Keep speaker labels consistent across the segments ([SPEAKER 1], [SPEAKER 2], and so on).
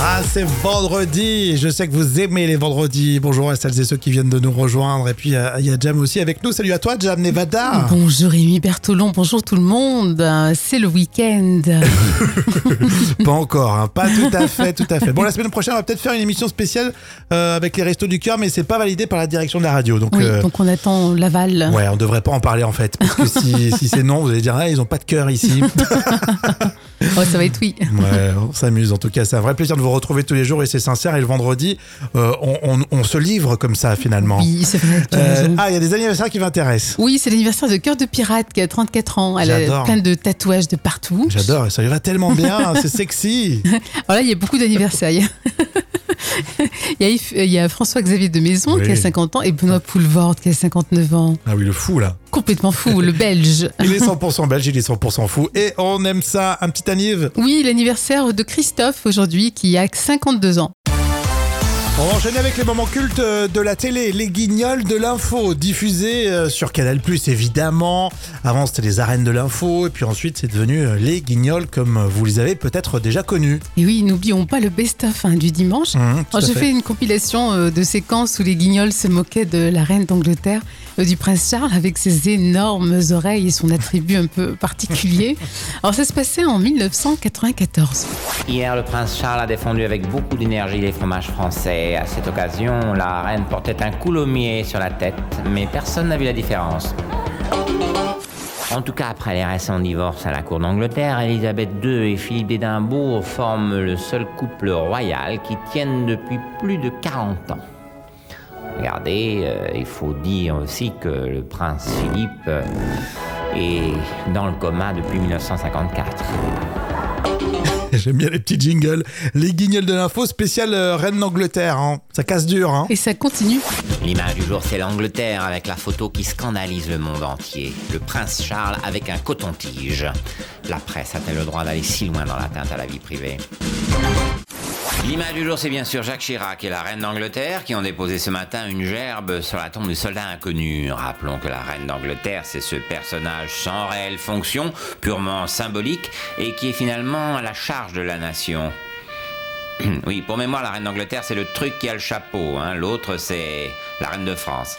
[SPEAKER 1] Ah, c'est vendredi. Je sais que vous aimez les vendredis. Bonjour à celles et ceux qui viennent de nous rejoindre. Et puis, euh, il y a Jam aussi avec nous. Salut à toi, Jam Nevada.
[SPEAKER 2] Bonjour Rémi Bertolon, bonjour tout le monde. Euh, C'est le week-end.
[SPEAKER 1] pas encore, hein. pas tout à fait, tout à fait. Bon, la semaine prochaine, on va peut-être faire une émission spéciale euh, avec les Restos du Cœur, mais c'est pas validé par la direction de la radio. Donc,
[SPEAKER 2] Oui, hein.
[SPEAKER 1] euh,
[SPEAKER 2] donc on attend l'aval.
[SPEAKER 1] ouais, on devrait pas en parler en fait. Parce que si, si c'est non, vous allez dire, ah, ils ont pas de cœur ici.
[SPEAKER 2] Oh, ça va être oui.
[SPEAKER 1] Ouais, on s'amuse en tout cas. C'est un vrai plaisir de vous retrouver tous les jours et c'est sincère. Et le vendredi, euh, on, on- on se livre comme ça finalement.
[SPEAKER 2] Oui, c'est vrai. tu as
[SPEAKER 1] Euh,
[SPEAKER 2] raison.
[SPEAKER 1] ah, il y a des anniversaires qui m'intéressent.
[SPEAKER 2] Oui, c'est l'anniversaire de Cœur de Pirate qui a 34 ans. Elle a
[SPEAKER 1] J'adore.
[SPEAKER 2] plein de tatouages de partout.
[SPEAKER 1] J'adore, ça lui va tellement bien, c'est sexy.
[SPEAKER 2] Alors là, il y a beaucoup d'anniversaires. il, y a... il y a Yves- il y a François-Xavier de Maison
[SPEAKER 1] Oui.
[SPEAKER 2] qui a 50 ans et Benoît Poulvorde qui a 59 ans.
[SPEAKER 1] Ah oui, le fou là.
[SPEAKER 2] Complètement fou, le belge.
[SPEAKER 1] Il est 100% belge, il est 100% fou. Et on aime ça, un petit anive.
[SPEAKER 2] Oui, l'anniversaire de Christophe aujourd'hui qui a 52 ans.
[SPEAKER 1] On va enchaîner avec les moments cultes euh, de la télé, les guignols de l'info, diffusés euh, sur Canal+, évidemment. Avant, c'était les arènes de l'info, et puis ensuite, c'est devenu euh, les guignols comme vous les avez peut-être déjà connus.
[SPEAKER 2] Et oui, n'oublions pas le best-of hein, du dimanche.
[SPEAKER 1] Hum, tout
[SPEAKER 2] Alors,
[SPEAKER 1] à
[SPEAKER 2] J'ai
[SPEAKER 1] fait.
[SPEAKER 2] fait une compilation euh, de séquences où les guignols se moquaient de la reine d'Angleterre, euh, du prince Charles, avec ses énormes oreilles et son attribut un peu particulier. Alors ça se passait en 1994.
[SPEAKER 3] Hier, le prince Charles a défendu avec beaucoup d'énergie les fromages français. À cette occasion, la reine portait un coulommier sur la tête, mais personne n'a vu la différence. En tout cas, après les récents divorces à la cour d'Angleterre, Élisabeth II et Philippe d'Édimbourg forment le seul couple royal qui tienne depuis plus de 40 ans. Regardez, euh, il faut dire aussi que le prince Philippe euh, est dans le coma depuis 1954.
[SPEAKER 1] J'aime bien les petits jingles. Les guignols de l'info, spécial euh, reine d'Angleterre. hein. Ça casse dur, hein.
[SPEAKER 2] Et ça continue.
[SPEAKER 3] L'image du jour, c'est l'Angleterre avec la photo qui scandalise le monde entier. Le prince Charles avec un coton-tige. La presse a-t-elle le droit d'aller si loin dans l'atteinte à la vie privée L'image du jour, c'est bien sûr Jacques Chirac et la reine d'Angleterre qui ont déposé ce matin une gerbe sur la tombe du soldat inconnu. Rappelons que la reine d'Angleterre, c'est ce personnage sans réelle fonction, purement symbolique, et qui est finalement à la charge de la nation. Oui, pour mémoire, la reine d'Angleterre, c'est le truc qui a le chapeau. hein. L'autre, c'est la reine de France.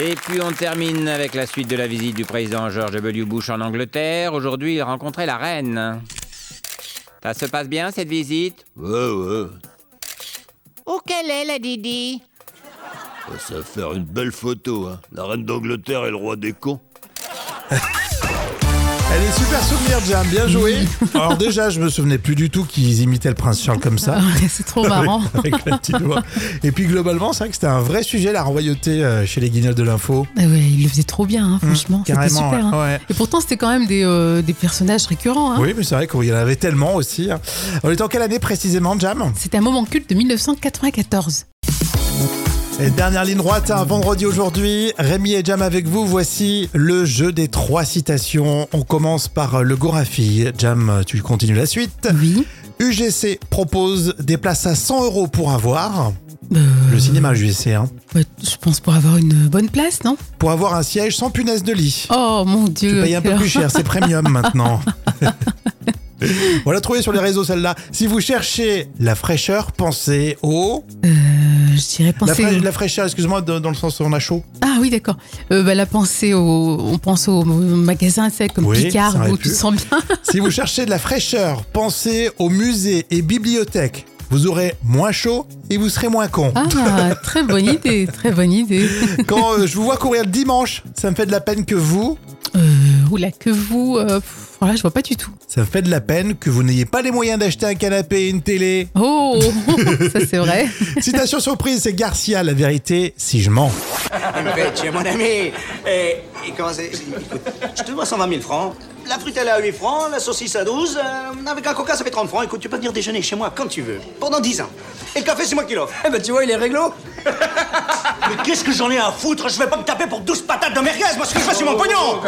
[SPEAKER 3] Et puis on termine avec la suite de la visite du président George W. Bush en Angleterre. Aujourd'hui, il rencontrait la reine. Ça se passe bien cette visite Ouais, ouais.
[SPEAKER 4] Oh, quelle est la Didi
[SPEAKER 5] Ça va faire une belle photo, hein. La reine d'Angleterre et le roi des cons.
[SPEAKER 1] Elle est super souvenir, Jam. Bien joué. Alors, déjà, je me souvenais plus du tout qu'ils imitaient le prince Charles comme ça.
[SPEAKER 2] Ah C'est trop
[SPEAKER 1] Ah
[SPEAKER 2] marrant.
[SPEAKER 1] Avec la petite voix. Et puis, globalement, c'est vrai que c'était un vrai sujet, la royauté euh, chez les guignols de l'info.
[SPEAKER 2] Ah ouais, il le faisait trop bien, hein, franchement. C'était
[SPEAKER 1] Mmh, carrément,
[SPEAKER 2] super. hein.
[SPEAKER 1] ouais.
[SPEAKER 2] Et pourtant, c'était quand même des, euh, des personnages récurrents. hein.
[SPEAKER 1] Oui, mais c'est vrai qu'il y en avait tellement aussi. hein. On est en quelle année précisément, Jam
[SPEAKER 2] C'était un moment culte de 1994.
[SPEAKER 1] Et Dernière ligne droite, un vendredi aujourd'hui. Rémi et Jam avec vous. Voici le jeu des trois citations. On commence par le Gorafi. Jam, tu continues la suite.
[SPEAKER 2] Oui.
[SPEAKER 1] UGC propose des places à 100 euros pour avoir. Le cinéma UGC, hein.
[SPEAKER 2] Bah, je pense pour avoir une bonne place, non
[SPEAKER 1] Pour avoir un siège sans punaise de lit.
[SPEAKER 2] Oh mon dieu.
[SPEAKER 1] Tu payes un peu
[SPEAKER 2] alors.
[SPEAKER 1] plus cher, c'est premium maintenant. On l'a trouvé sur les réseaux celle-là. Si vous cherchez la fraîcheur, pensez au...
[SPEAKER 2] Euh, je dirais
[SPEAKER 1] La,
[SPEAKER 2] penser.
[SPEAKER 1] fra- la fraîcheur, excuse-moi, dans dans le sens où on a chaud.
[SPEAKER 2] Ah oui, d'accord. Euh, bah, la pensée au, on pense au magasin, tu sais, comme
[SPEAKER 1] Oui,
[SPEAKER 2] Picard,
[SPEAKER 1] ça aurait
[SPEAKER 2] où
[SPEAKER 1] pu.
[SPEAKER 2] tu te sens bien.
[SPEAKER 1] Si vous cherchez de la fraîcheur, pensez aux musées et bibliothèques. Vous aurez moins chaud et vous serez moins con.
[SPEAKER 2] Ah, très bonne idée, très bonne idée.
[SPEAKER 1] Quand euh, je vous vois courir le dimanche, ça me fait de la peine que vous,
[SPEAKER 2] Euh, oula, que vous, euh, pff, voilà, je vois pas du tout.
[SPEAKER 1] ça me fait de la peine que vous n'ayez pas les moyens d'acheter un canapé et une télé.
[SPEAKER 2] Oh, ça c'est vrai.
[SPEAKER 1] Citation surprise, c'est Garcia, la vérité, si je mens.
[SPEAKER 6] Mais tu es mon ami Et, et comment c'est Écoute, je te dois 120 000 francs. La frutelle à 8 francs, la saucisse à 12. euh, avec un coca, ça fait 30 francs. Écoute, tu peux venir déjeuner chez moi quand tu veux. Pendant 10 ans. Et le café, c'est moi qui l'offre. Eh ben, tu vois, il est réglo. Mais qu'est-ce que j'en ai à foutre Je vais pas me taper pour 12 patates de merguez. Moi, ce que je fais, c'est mon pognon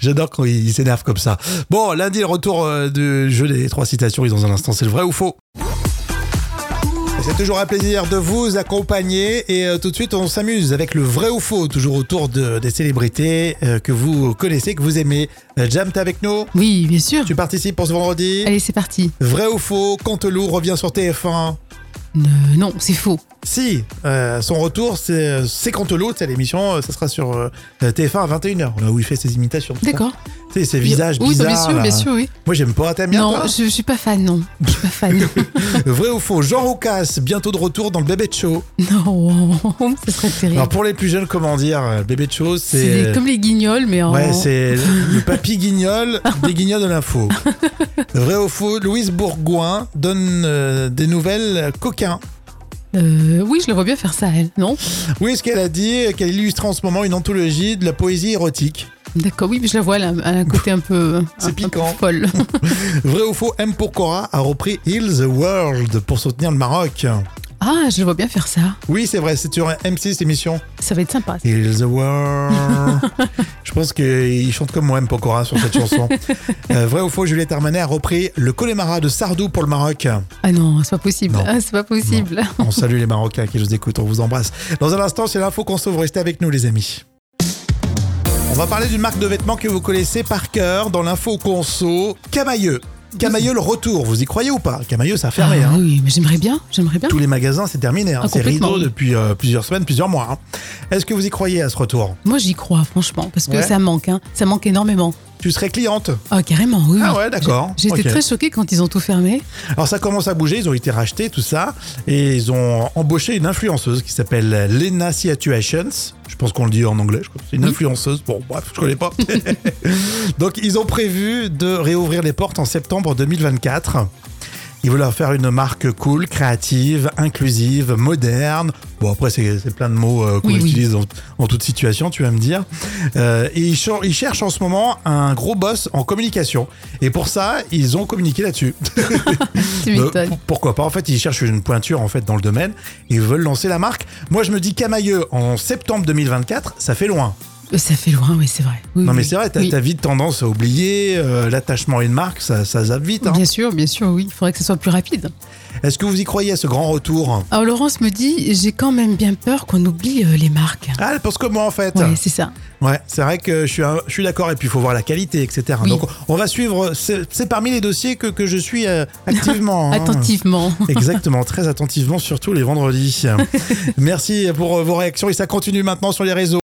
[SPEAKER 1] J'adore quand il, il s'énerve comme ça. Bon, lundi, le retour euh, du jeu des trois citations, et dans un instant, c'est le vrai ou faux C'est toujours un plaisir de vous accompagner et euh, tout de suite on s'amuse avec le vrai ou faux, toujours autour de, des célébrités euh, que vous connaissez, que vous aimez. Euh, Jam, t'es avec nous
[SPEAKER 2] Oui, bien sûr.
[SPEAKER 1] Tu participes pour ce vendredi
[SPEAKER 2] Allez, c'est parti.
[SPEAKER 1] Vrai ou faux, Canteloup revient sur TF1.
[SPEAKER 2] Euh, non, c'est faux.
[SPEAKER 1] Si, euh, son retour, c'est c'est Canteloup, c'est l'émission, euh, ça sera sur euh, TF1 à 21h, là où il fait ses imitations. tout ça.
[SPEAKER 2] D'accord.
[SPEAKER 1] Tu sais, ses visages
[SPEAKER 2] Oui,
[SPEAKER 1] bizarres.
[SPEAKER 2] bien sûr,
[SPEAKER 1] là.
[SPEAKER 2] bien sûr, oui.
[SPEAKER 1] Moi, j'aime pas, t'aimes bien
[SPEAKER 2] Non,
[SPEAKER 1] toi
[SPEAKER 2] je, je suis pas fan, non. Je suis pas fan.
[SPEAKER 1] Vrai ou faux, Jean Roucas, bientôt de retour dans le bébé de show.
[SPEAKER 2] non, ce serait
[SPEAKER 1] Alors,
[SPEAKER 2] terrible.
[SPEAKER 1] pour les plus jeunes, comment dire, euh, le bébé de show,
[SPEAKER 2] C'est
[SPEAKER 1] c'est... euh,
[SPEAKER 2] comme les guignols, mais en.
[SPEAKER 1] Ouais, c'est le papy guignol des guignols de l'info. Vrai ou faux, Louise Bourgoin donne euh, des nouvelles coquins.
[SPEAKER 2] Euh, oui, je le vois bien faire ça, elle. Non
[SPEAKER 1] Oui, ce qu'elle a dit, euh, qu'elle illustre en ce moment une anthologie de la poésie érotique.
[SPEAKER 2] D'accord, oui, mais je la vois, elle a elle a un côté un peu.
[SPEAKER 1] C'est
[SPEAKER 2] un- un peu
[SPEAKER 1] piquant.
[SPEAKER 2] folle.
[SPEAKER 1] Vrai ou faux, M. Pokora a repris Heal the World pour soutenir le Maroc.
[SPEAKER 2] Ah, je le vois bien faire ça.
[SPEAKER 1] Oui, c'est vrai, c'est sur M6 l'émission.
[SPEAKER 2] Ça va être sympa. ça.
[SPEAKER 1] Heal the World. Je pense qu'il chante comme moi, M. Pokora, sur cette chanson. Euh, vrai ou faux, Juliette Armanet a repris le Connemara de Sardou pour le Maroc.
[SPEAKER 2] Ah non, c'est pas possible.
[SPEAKER 1] Non.
[SPEAKER 2] Ah, c'est pas possible.
[SPEAKER 1] On salue les Marocains qui nous écoutent, on vous embrasse. Dans un instant, c'est l'info qu'on sauve. Restez avec nous, les amis. On va parler d'une marque de vêtements que vous connaissez par cœur dans l'info conso, Camailleux. Camailleux le retour, vous y croyez ou pas Camailleux, ça a fermé.
[SPEAKER 2] Ah
[SPEAKER 1] hein.
[SPEAKER 2] oui, mais j'aimerais bien, j'aimerais bien.
[SPEAKER 1] Tous les magasins, c'est terminé. hein.
[SPEAKER 2] Ah,
[SPEAKER 1] c'est
[SPEAKER 2] complètement,
[SPEAKER 1] rideau
[SPEAKER 2] oui.
[SPEAKER 1] depuis euh, plusieurs semaines, plusieurs mois. hein. Est-ce que vous y croyez à ce retour
[SPEAKER 2] Moi, j'y crois, franchement, parce que
[SPEAKER 1] Ouais.
[SPEAKER 2] ça manque, hein. Ça manque énormément.
[SPEAKER 1] Tu serais cliente
[SPEAKER 2] Ah, carrément, oui.
[SPEAKER 1] Ah
[SPEAKER 2] oui.
[SPEAKER 1] ouais, d'accord.
[SPEAKER 2] J'étais
[SPEAKER 1] Ok.
[SPEAKER 2] très choquée quand ils ont tout fermé.
[SPEAKER 1] Alors ça commence à bouger, ils ont été rachetés, tout ça, et ils ont embauché une influenceuse qui s'appelle Lena Situations. Je pense qu'on le dit en anglais, je crois. C'est une
[SPEAKER 2] Oui.
[SPEAKER 1] influenceuse, bon bref, je connais pas. Donc ils ont prévu de réouvrir les portes en septembre 2024. Ils veulent leur faire une marque cool, créative, inclusive, moderne. Bon, après, c'est c'est plein de mots euh, qu'on
[SPEAKER 2] Oui, oui.
[SPEAKER 1] utilise En, en toute situation, tu vas me dire. Euh, et ils, cher- ils cherchent en ce moment un gros boss en communication. Et pour ça, ils ont communiqué là-dessus.
[SPEAKER 2] Tu
[SPEAKER 1] Euh,
[SPEAKER 2] m'étonnes.
[SPEAKER 1] pour- pourquoi pas En fait, ils cherchent une pointure en fait dans le domaine et ils veulent lancer la marque. Moi, je me dis Camailleux en septembre 2024, ça fait loin.
[SPEAKER 2] Euh, Ça fait loin, oui, c'est vrai. Oui,
[SPEAKER 1] non, mais
[SPEAKER 2] oui.
[SPEAKER 1] c'est vrai, t'as
[SPEAKER 2] Oui.
[SPEAKER 1] t'as vite tendance à oublier euh, l'attachement à une marque, ça, ça zappe vite. hein.
[SPEAKER 2] Bien sûr, bien sûr, oui. Il faudrait que ce soit plus rapide.
[SPEAKER 1] Est-ce que vous y croyez à ce grand retour
[SPEAKER 2] Alors, Laurence me dit j'ai quand même bien peur qu'on oublie euh, les marques.
[SPEAKER 1] Ah, elle pense comme moi en fait.
[SPEAKER 2] Ouais, c'est ça.
[SPEAKER 1] Ouais, c'est vrai que je suis, un- je suis d'accord et puis il faut voir la qualité, etc.
[SPEAKER 2] Oui.
[SPEAKER 1] Donc on va suivre, c'est c'est parmi les dossiers que, que je suis euh, activement. hein.
[SPEAKER 2] Attentivement.
[SPEAKER 1] Exactement, très attentivement, surtout les vendredis. Merci pour euh, vos réactions et ça continue maintenant sur les réseaux.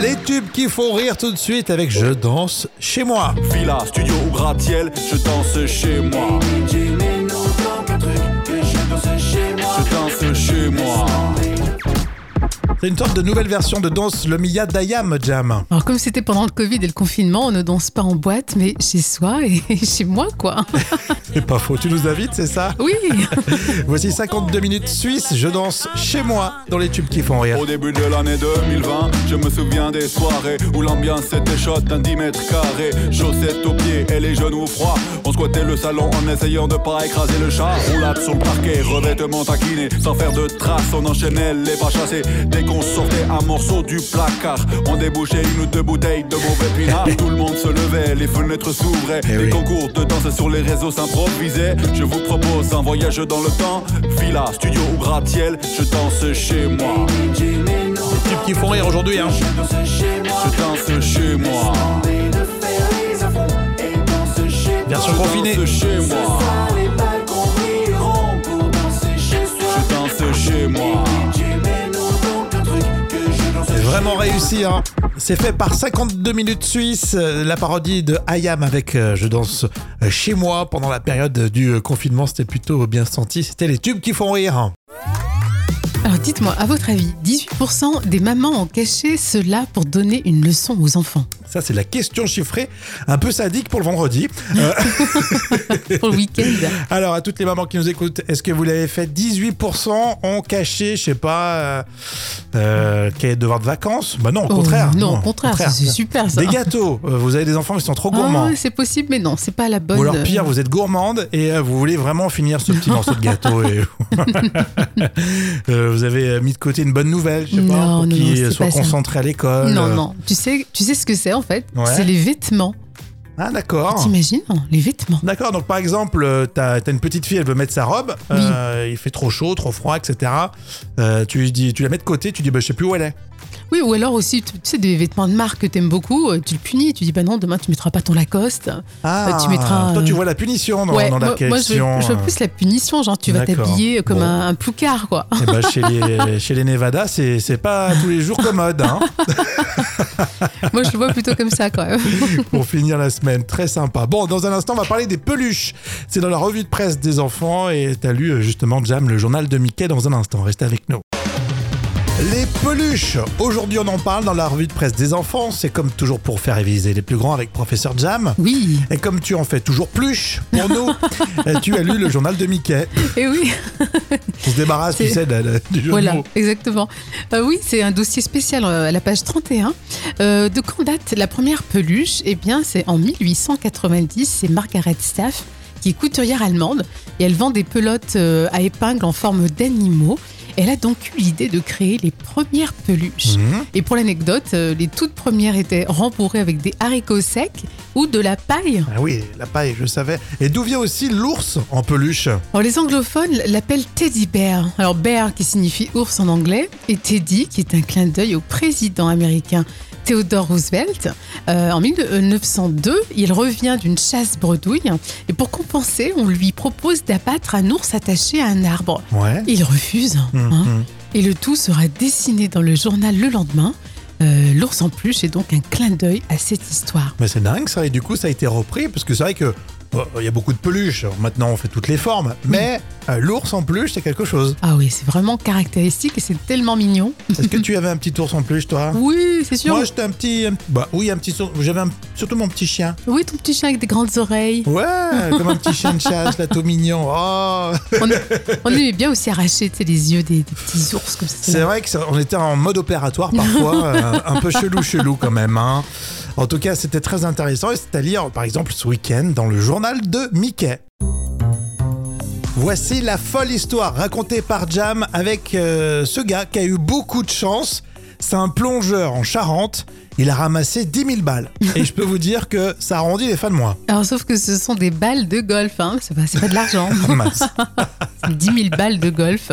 [SPEAKER 1] Les tubes qui font rire tout de suite avec Je danse chez moi.
[SPEAKER 7] Villa, studio ou gratte-ciel, je danse chez moi. Je danse chez moi.
[SPEAKER 1] C'est une sorte de nouvelle version de danse le Mia Dayam Jam.
[SPEAKER 2] Alors, comme c'était pendant le Covid et le confinement, on ne danse pas en boîte, mais chez soi et chez moi, quoi.
[SPEAKER 1] C'est pas faux, tu nous invites, c'est ça
[SPEAKER 2] Oui.
[SPEAKER 1] Voici 52 minutes suisse, je danse chez moi dans les tubes qui font rire.
[SPEAKER 7] Au début de l'année 2020, je me souviens des soirées où l'ambiance était chaude d'un 10 mètres carrés. Chaussettes aux pieds et les genoux froids. On squattait le salon en essayant de pas écraser le chat. Roulade sur le parquet, revêtement taquiné. Sans faire de traces, on enchaînait les pas chassés. Dès qu'on sortait un morceau du placard, on débouchait une ou deux bouteilles de mauvais pinard. Tout le monde se levait, les fenêtres s'ouvraient.
[SPEAKER 1] Eh
[SPEAKER 7] les
[SPEAKER 1] oui.
[SPEAKER 7] concours de danse sur les réseaux s'improvisaient. Je vous propose un voyage dans le temps. Villa, studio ou gratte-ciel, je danse chez moi.
[SPEAKER 1] Les tubes qui font rire aujourd'hui, hein.
[SPEAKER 7] Je danse chez moi.
[SPEAKER 1] Version confinée.
[SPEAKER 7] Je danse chez moi. Je danse chez moi.
[SPEAKER 1] C'est Vraiment réussi, hein. C'est fait par 52 minutes suisse, euh, la parodie de Ayam avec euh, Je danse euh, chez moi pendant la période du euh, confinement, c'était plutôt bien senti, c'était les tubes qui font rire.
[SPEAKER 2] Alors, dites-moi, à votre avis, 18% des mamans ont caché cela pour donner une leçon aux enfants
[SPEAKER 1] Ça c'est la question chiffrée, un peu sadique pour le vendredi. Euh,
[SPEAKER 2] pour le week-end.
[SPEAKER 1] alors à toutes les mamans qui nous écoutent, est-ce que vous l'avez fait 18% ont caché, je sais pas, euh, euh, cahier de devoir de vacances Bah non, au
[SPEAKER 2] Oh,
[SPEAKER 1] contraire.
[SPEAKER 2] Non, au contraire, c'est super ça.
[SPEAKER 1] Des gâteaux, euh, vous avez des enfants qui sont trop
[SPEAKER 2] Ah,
[SPEAKER 1] gourmands.
[SPEAKER 2] c'est possible, mais non, c'est pas la bonne.
[SPEAKER 1] Ou alors pire, vous êtes gourmande et euh, vous voulez vraiment finir ce petit morceau de gâteau. Et... Euh, vous avez mis de côté une bonne nouvelle, je sais pas,
[SPEAKER 2] Non,
[SPEAKER 1] pour
[SPEAKER 2] non, non,
[SPEAKER 1] qu'il
[SPEAKER 2] c'est
[SPEAKER 1] soit
[SPEAKER 2] pas ça.
[SPEAKER 1] concentré à l'école.
[SPEAKER 2] Non, non. Tu sais, tu sais ce que c'est en fait
[SPEAKER 1] euh, Ouais.
[SPEAKER 2] C'est les vêtements.
[SPEAKER 1] Ah, d'accord.
[SPEAKER 2] T'imagines hein, Les vêtements.
[SPEAKER 1] D'accord, donc par exemple, euh, t'as as une petite fille, elle veut mettre sa robe, euh, il fait trop chaud, trop froid, etc. Euh, tu, lui dis, tu la mets de côté, tu dis, bah, je sais plus où elle est.
[SPEAKER 2] Oui, ou alors aussi, tu tu sais, des vêtements de marque que t'aimes beaucoup, euh, tu le punis. Tu dis, bah non, demain, tu mettras pas ton Lacoste.
[SPEAKER 1] Ah,
[SPEAKER 2] tu mettras,
[SPEAKER 1] Toi, tu
[SPEAKER 2] euh,
[SPEAKER 1] vois la punition dans, dans la
[SPEAKER 2] moi, moi, je, veux-
[SPEAKER 1] question. hein. euh.
[SPEAKER 2] je veux plus la punition. Genre, tu vas
[SPEAKER 1] D'accord.
[SPEAKER 2] t'habiller comme
[SPEAKER 1] Bon.
[SPEAKER 2] un, un ploucard, quoi.
[SPEAKER 1] Eh ben, chez, les, chez les Nevada, c'est c'est pas tous les jours commode. hein.
[SPEAKER 2] moi, je le vois plutôt comme ça, quand même.
[SPEAKER 1] pour finir la semaine. Très sympa. Bon, dans un instant, on va parler des peluches. C'est dans la revue de presse des enfants et t'as lu euh, justement, Jam, le journal de Mickey dans un instant. Reste avec nous. Les peluches. Aujourd'hui, on en parle dans la revue de presse des enfants. C'est comme toujours pour faire réviser les plus grands avec professeur Jam.
[SPEAKER 2] Oui,
[SPEAKER 1] Et comme tu en fais toujours plus pour nous, euh, tu as lu le journal de Mickey.
[SPEAKER 2] et Eh oui.
[SPEAKER 1] On se débarrasse, tu
[SPEAKER 2] C'est-
[SPEAKER 1] sais, de- de- du jeu de
[SPEAKER 2] Voilà,
[SPEAKER 1] mots.
[SPEAKER 2] exactement. Euh, oui, c'est un dossier spécial euh, à la page 31. Euh, de quand date la première peluche Eh bien, c'est en 1890. C'est Margaret Staff, qui est couturière allemande, et elle vend des pelotes euh, à épingles en forme d'animaux. Elle a donc eu l'idée de créer les premières peluches.
[SPEAKER 1] Mhm.
[SPEAKER 2] Et pour l'anecdote, euh, les toutes premières étaient rembourrées avec des haricots secs ou de la paille.
[SPEAKER 1] Ah oui, la paille, je savais. Et d'où vient aussi l'ours en peluche
[SPEAKER 2] Alors, les anglophones l'appellent Teddy Bear. Alors Bear qui signifie ours en anglais et Teddy qui est un clin d'œil au président américain Theodore Roosevelt. Euh, en 1902, il revient d'une chasse bredouille et pour compenser, on lui propose d'abattre un ours attaché à un arbre.
[SPEAKER 1] Ouais.
[SPEAKER 2] Il refuse. hein.
[SPEAKER 1] Mhm.
[SPEAKER 2] Et le tout sera dessiné dans le journal le lendemain. Euh, L'ours en peluche est donc un clin d'œil à cette histoire.
[SPEAKER 1] Mais c'est dingue ça, et du coup ça a été repris, parce que c'est vrai que bon, il y a beaucoup de peluches, Alors, maintenant on fait toutes les formes, mais euh, l'ours en peluche c'est quelque chose.
[SPEAKER 2] Ah oui, c'est vraiment caractéristique et c'est tellement mignon.
[SPEAKER 1] Est-ce que tu avais un petit ours en peluche toi
[SPEAKER 2] Oui, c'est sûr.
[SPEAKER 1] Moi j'étais un petit... un- Bah oui, un petit... sour- J'avais un- surtout mon petit chien.
[SPEAKER 2] Oui, ton petit chien avec des grandes oreilles.
[SPEAKER 1] Ouais, comme un petit chien de chasse, là tout mignon. Oh.
[SPEAKER 2] On, on aimait bien aussi arracher tu sais, les yeux des, des petits ours comme
[SPEAKER 1] C'est
[SPEAKER 2] ça.
[SPEAKER 1] vrai qu'on était en mode opératoire parfois, euh, un peu chelou chelou quand même. hein. En tout cas c'était très intéressant, et c'est à lire par exemple ce week-end dans le journal de Mickey. Voici la folle histoire racontée par Jam avec euh, ce gars qui a eu beaucoup de chance. C'est un plongeur en Charente. Il a ramassé 10 000 balles. Et je peux vous dire que ça arrondit les fins de mois.
[SPEAKER 2] Alors, sauf que ce sont des balles de golf, hein. c'est pas, c'est pas de l'argent.
[SPEAKER 1] Ah, mince.
[SPEAKER 2] 10 000 balles de golf.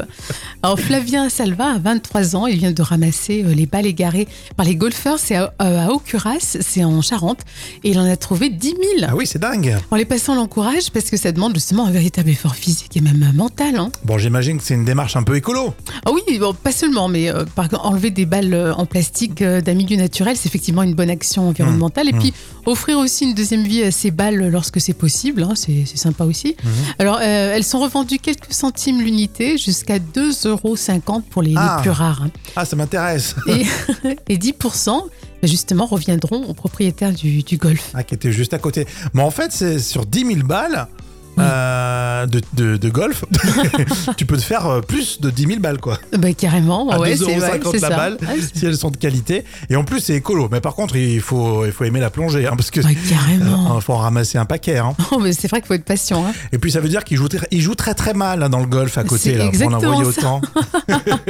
[SPEAKER 2] Alors, Flavien Salva a 23 ans. Il vient de ramasser euh, les balles égarées par les golfeurs. C'est à, euh, à Aucuras, c'est en Charente. Et il en a trouvé 10 000.
[SPEAKER 1] Ah oui, c'est dingue.
[SPEAKER 2] En les passants l'encourage parce que ça demande justement un véritable effort physique et même euh, mental. hein.
[SPEAKER 1] Bon, j'imagine que c'est une démarche un peu écolo.
[SPEAKER 2] Ah oui, bon, pas seulement, mais euh, par exemple, enlever des balles euh, en plastique euh, d'un milieu naturel, c'est effectivement une bonne action environnementale. Et
[SPEAKER 1] Mmh.
[SPEAKER 2] puis, offrir aussi une deuxième vie à ces balles lorsque c'est possible, hein, c'est c'est sympa aussi.
[SPEAKER 1] Mmh.
[SPEAKER 2] Alors, euh, elles sont revendues quelques centimes l'unité, jusqu'à 2,50 euros pour les, les
[SPEAKER 1] Ah.
[SPEAKER 2] plus rares. hein.
[SPEAKER 1] Ah, ça m'intéresse.
[SPEAKER 2] Et, et 10%, bah, justement, reviendront aux propriétaires du, du golf.
[SPEAKER 1] Ah, qui était juste à côté. Mais en fait, c'est sur 10 000 balles euh, de, de- de golf, tu peux te faire euh, plus de 10 000 balles, quoi.
[SPEAKER 2] Bah, carrément,
[SPEAKER 1] à
[SPEAKER 2] ouais, c'est ouais,
[SPEAKER 1] 2,50€
[SPEAKER 2] c'est
[SPEAKER 1] la
[SPEAKER 2] ça.
[SPEAKER 1] balle,
[SPEAKER 2] Ouais, c'est-
[SPEAKER 1] si elles sont de qualité. Et en plus, c'est écolo. Mais par contre, il faut, il faut aimer la plongée, hein, parce que
[SPEAKER 2] Ouais,
[SPEAKER 1] euh,
[SPEAKER 2] carrément.
[SPEAKER 1] faut en ramasser un paquet. hein.
[SPEAKER 2] Oh, mais c'est vrai qu'il faut être patient. hein.
[SPEAKER 1] Et puis, ça veut dire qu'il joue, très- il joue très très mal hein, dans le golf à côté,
[SPEAKER 2] C'est
[SPEAKER 1] là, pour en
[SPEAKER 2] exactement
[SPEAKER 1] envoyer
[SPEAKER 2] ça.
[SPEAKER 1] autant.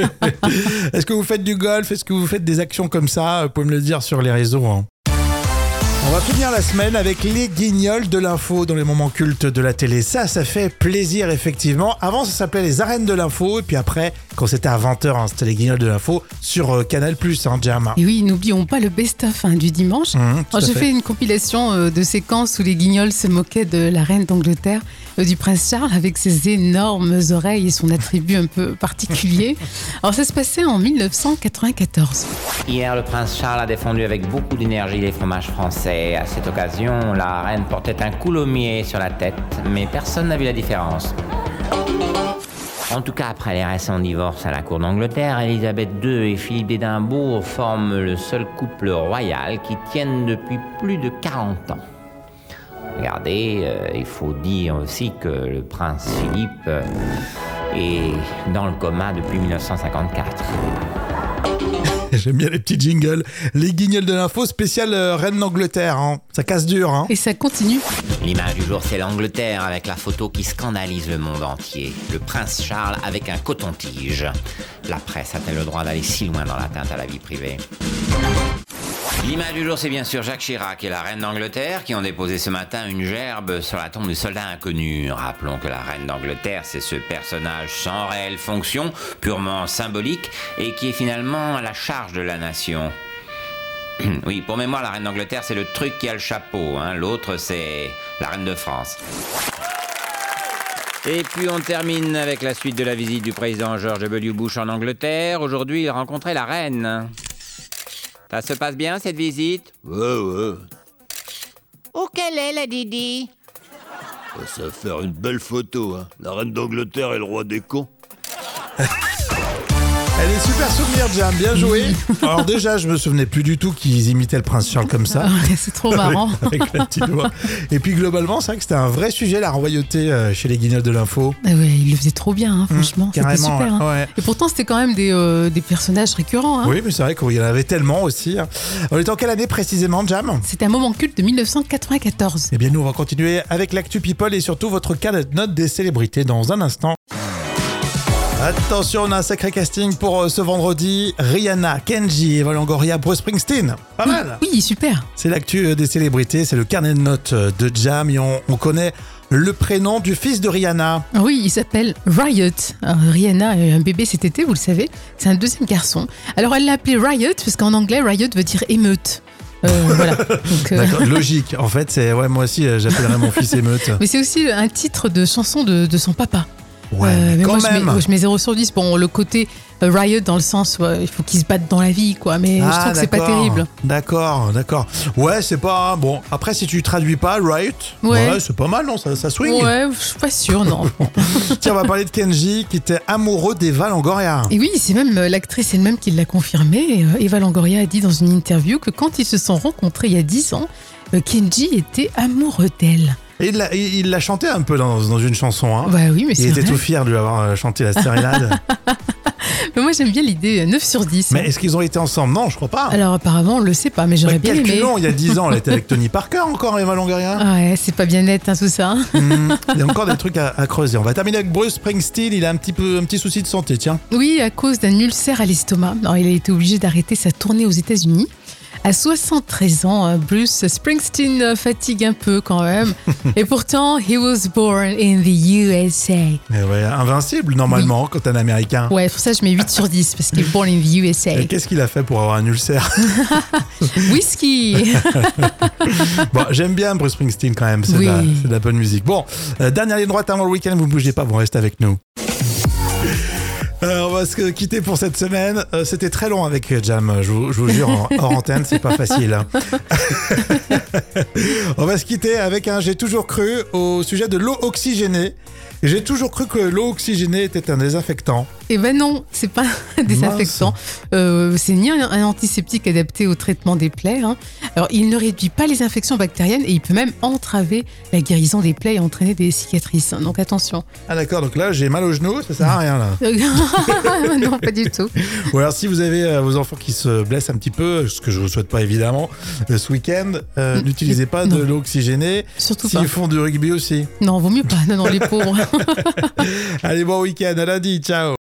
[SPEAKER 1] Est-ce que vous faites du golf Est-ce que vous faites des actions comme ça Vous pouvez me le dire sur les réseaux. hein. On va finir la semaine avec les guignols de l'info dans les moments cultes de la télé. Ça, ça fait plaisir, effectivement. Avant, ça s'appelait les arènes de l'info. Et puis après, quand c'était à 20h, hein, c'était les guignols de l'info sur euh, Canal+, hein, Jam.
[SPEAKER 2] Et oui, n'oublions pas le best-of hein, du dimanche.
[SPEAKER 1] Mmh, tout
[SPEAKER 2] Alors,
[SPEAKER 1] à
[SPEAKER 2] J'ai
[SPEAKER 1] fait.
[SPEAKER 2] fait une compilation euh, de séquences où les guignols se moquaient de la reine d'Angleterre, euh, du prince Charles, avec ses énormes oreilles et son attribut un peu particulier. Alors ça se passait en 1994.
[SPEAKER 3] Hier, le prince Charles a défendu avec beaucoup d'énergie les fromages français. À cette occasion, la reine portait un coulommier sur la tête, mais personne n'a vu la différence. En tout cas, après les récents divorces à la cour d'Angleterre, Élisabeth II et Philippe d'Édimbourg forment le seul couple royal qui tienne depuis plus de 40 ans. Regardez, euh, il faut dire aussi que le prince Philippe euh, est dans le coma depuis 1954.
[SPEAKER 1] J'aime bien les petits jingles. Les guignols de l'info spécial euh, Reine d'Angleterre. hein. Ça casse dur. Hein.
[SPEAKER 2] Et ça continue.
[SPEAKER 3] L'image du jour, c'est l'Angleterre avec la photo qui scandalise le monde entier. Le prince Charles avec un coton-tige. La presse a-t-elle le droit d'aller si loin dans l'atteinte à la vie privée L'image du jour, c'est bien sûr Jacques Chirac et la reine d'Angleterre qui ont déposé ce matin une gerbe sur la tombe du soldat inconnu. Rappelons que la reine d'Angleterre, c'est ce personnage sans réelle fonction, purement symbolique, et qui est finalement à la charge de la nation. Oui, pour mémoire, la reine d'Angleterre, c'est le truc qui a le chapeau. hein. L'autre, c'est la reine de France. Et puis on termine avec la suite de la visite du président George W. Bush en Angleterre. Aujourd'hui, il rencontrait la reine. Ça se passe bien cette visite
[SPEAKER 5] Ouais, ouais.
[SPEAKER 4] Où qu'elle est, la Didi
[SPEAKER 5] Ça va faire une belle photo, hein. La reine d'Angleterre et le roi des cons.
[SPEAKER 1] Elle est super souvenir, Jam. Bien joué. Alors, déjà, je me souvenais plus du tout qu'ils imitaient le prince Charles comme ça.
[SPEAKER 2] Ouais, c'est trop marrant.
[SPEAKER 1] Avec avec la petite voix. Et puis, globalement, c'est vrai que c'était un vrai sujet, la royauté euh, chez les guignols de l'info.
[SPEAKER 2] Ah ouais, il le faisait trop bien, hein, franchement. C'était
[SPEAKER 1] Mmh, carrément,
[SPEAKER 2] super. hein.
[SPEAKER 1] ouais.
[SPEAKER 2] Et pourtant, c'était quand même des, euh, des personnages récurrents. hein.
[SPEAKER 1] Oui, mais c'est vrai qu'il y en avait tellement aussi. hein. On est en quelle année précisément, Jam
[SPEAKER 2] C'était un moment culte de 1994.
[SPEAKER 1] Eh bien, nous, on va continuer avec l'actu People et surtout votre cadre de note des célébrités dans un instant. Attention, on a un sacré casting pour euh, ce vendredi. Rihanna, Kenji, Eva Longoria, Bruce Springsteen. Pas mal
[SPEAKER 2] Oui, super.
[SPEAKER 1] C'est l'actu euh, des célébrités, c'est le carnet de notes euh, de Jam et on, on connaît le prénom du fils de Rihanna.
[SPEAKER 2] Ah Oui, il s'appelle Riot. Alors, Rihanna a eu un bébé cet été, vous le savez. C'est un deuxième garçon. Alors, elle l'a appelé Riot parce qu'en anglais, Riot veut dire émeute. Euh, voilà. Donc, euh,
[SPEAKER 1] D'accord, logique. En fait, c'est ouais, moi aussi, euh, j'appellerais mon fils émeute.
[SPEAKER 2] Mais c'est aussi un titre de chanson de, de son papa.
[SPEAKER 1] Ouais,
[SPEAKER 2] Euh, mais
[SPEAKER 1] quand
[SPEAKER 2] moi,
[SPEAKER 1] même.
[SPEAKER 2] Je, mets, je mets 0 sur 10. Bon, le côté euh, Riot dans le sens où euh, il faut qu'ils se battent dans la vie, quoi. Mais je
[SPEAKER 1] Ah,
[SPEAKER 2] trouve que c'est pas
[SPEAKER 1] d'accord.
[SPEAKER 2] terrible.
[SPEAKER 1] D'accord, d'accord. Ouais, c'est pas hein, bon. Après, si tu traduis pas, right
[SPEAKER 2] Ouais.
[SPEAKER 1] c'est pas mal, non Ça, ça swing.
[SPEAKER 2] Ouais, je suis pas sûre, non.
[SPEAKER 1] Tiens, on va parler de Kenji qui était amoureux d'Eva Longoria.
[SPEAKER 2] Et oui, c'est même euh, l'actrice elle-même qui l'a confirmé. Euh, Eva Longoria a dit dans une interview que quand ils se sont rencontrés il y a 10 ans, euh, Kenji était amoureux d'elle.
[SPEAKER 1] Et il l'a- il il l'a chanté un peu dans, dans une chanson. Hein.
[SPEAKER 2] Bah oui, mais
[SPEAKER 1] il
[SPEAKER 2] c'est
[SPEAKER 1] était
[SPEAKER 2] vrai.
[SPEAKER 1] tout fier de lui avoir euh, chanté la sérénade.
[SPEAKER 2] Mais moi j'aime bien l'idée euh, 9 sur 10.
[SPEAKER 1] mais est-ce qu'ils ont été ensemble Non, je crois pas. hein.
[SPEAKER 2] Alors apparemment, on le sait pas, mais j'aurais
[SPEAKER 1] Ouais,
[SPEAKER 2] bien aimé.
[SPEAKER 1] calculons, Bah, il y a 10 ans, elle était avec Tony Parker encore, Eva Longoria.
[SPEAKER 2] Ouais, c'est pas bien net hein, tout ça. hein.
[SPEAKER 1] Hmm, il y a encore des trucs à, à creuser. On va terminer avec Bruce Springsteen. Il a un petit, peu, un petit souci de santé, tiens.
[SPEAKER 2] Oui, à cause d'un ulcère à l'estomac. Alors, Il a été obligé d'arrêter sa tournée aux États-Unis. À 73 ans, euh, Bruce Springsteen euh, fatigue un peu quand même. Et pourtant, he was born in the USA.
[SPEAKER 1] Mais ouais, invincible normalement quand t'es un Américain.
[SPEAKER 2] Ouais, pour ça, je mets 8 sur 10 parce qu'il est born in the USA.
[SPEAKER 1] Et qu'est-ce qu'il a fait pour avoir un ulcère
[SPEAKER 2] Whisky
[SPEAKER 1] Bon, j'aime bien Bruce Springsteen quand même, c'est de,
[SPEAKER 2] Oui.
[SPEAKER 1] la- c'est de la bonne musique. Bon, euh, dernière ligne droite avant le week-end, vous ne bougez pas, vous restez avec nous. Euh, on va se quitter pour cette semaine. Euh, C'était très long avec Jam, je vous, je vous jure, en, hors antenne, c'est pas facile. hein. on va se quitter avec un J'ai toujours cru au sujet de l'eau oxygénée. J'ai toujours cru que l'eau oxygénée était un désinfectant.
[SPEAKER 2] Eh ben non, c'est pas un désinfectant. Euh, c'est ni un, un antiseptique adapté au traitement des plaies. hein. Alors, il ne réduit pas les infections bactériennes et il peut même entraver la guérison des plaies et entraîner des cicatrices. hein. Donc attention.
[SPEAKER 1] Ah d'accord, donc là j'ai mal au genou, ça sert à rien là.
[SPEAKER 2] non, pas du tout.
[SPEAKER 1] Ou alors si vous avez euh, vos enfants qui se blessent un petit peu, ce que je vous souhaite pas évidemment, euh, ce week-end, euh,
[SPEAKER 2] Mm,
[SPEAKER 1] n'utilisez pas de
[SPEAKER 2] non.
[SPEAKER 1] l'eau oxygénée.
[SPEAKER 2] Surtout pas.
[SPEAKER 1] S'ils font du rugby aussi.
[SPEAKER 2] Non, vaut mieux pas. Non, non, les pauvres.
[SPEAKER 1] Allez, bon week-end, à lundi, ciao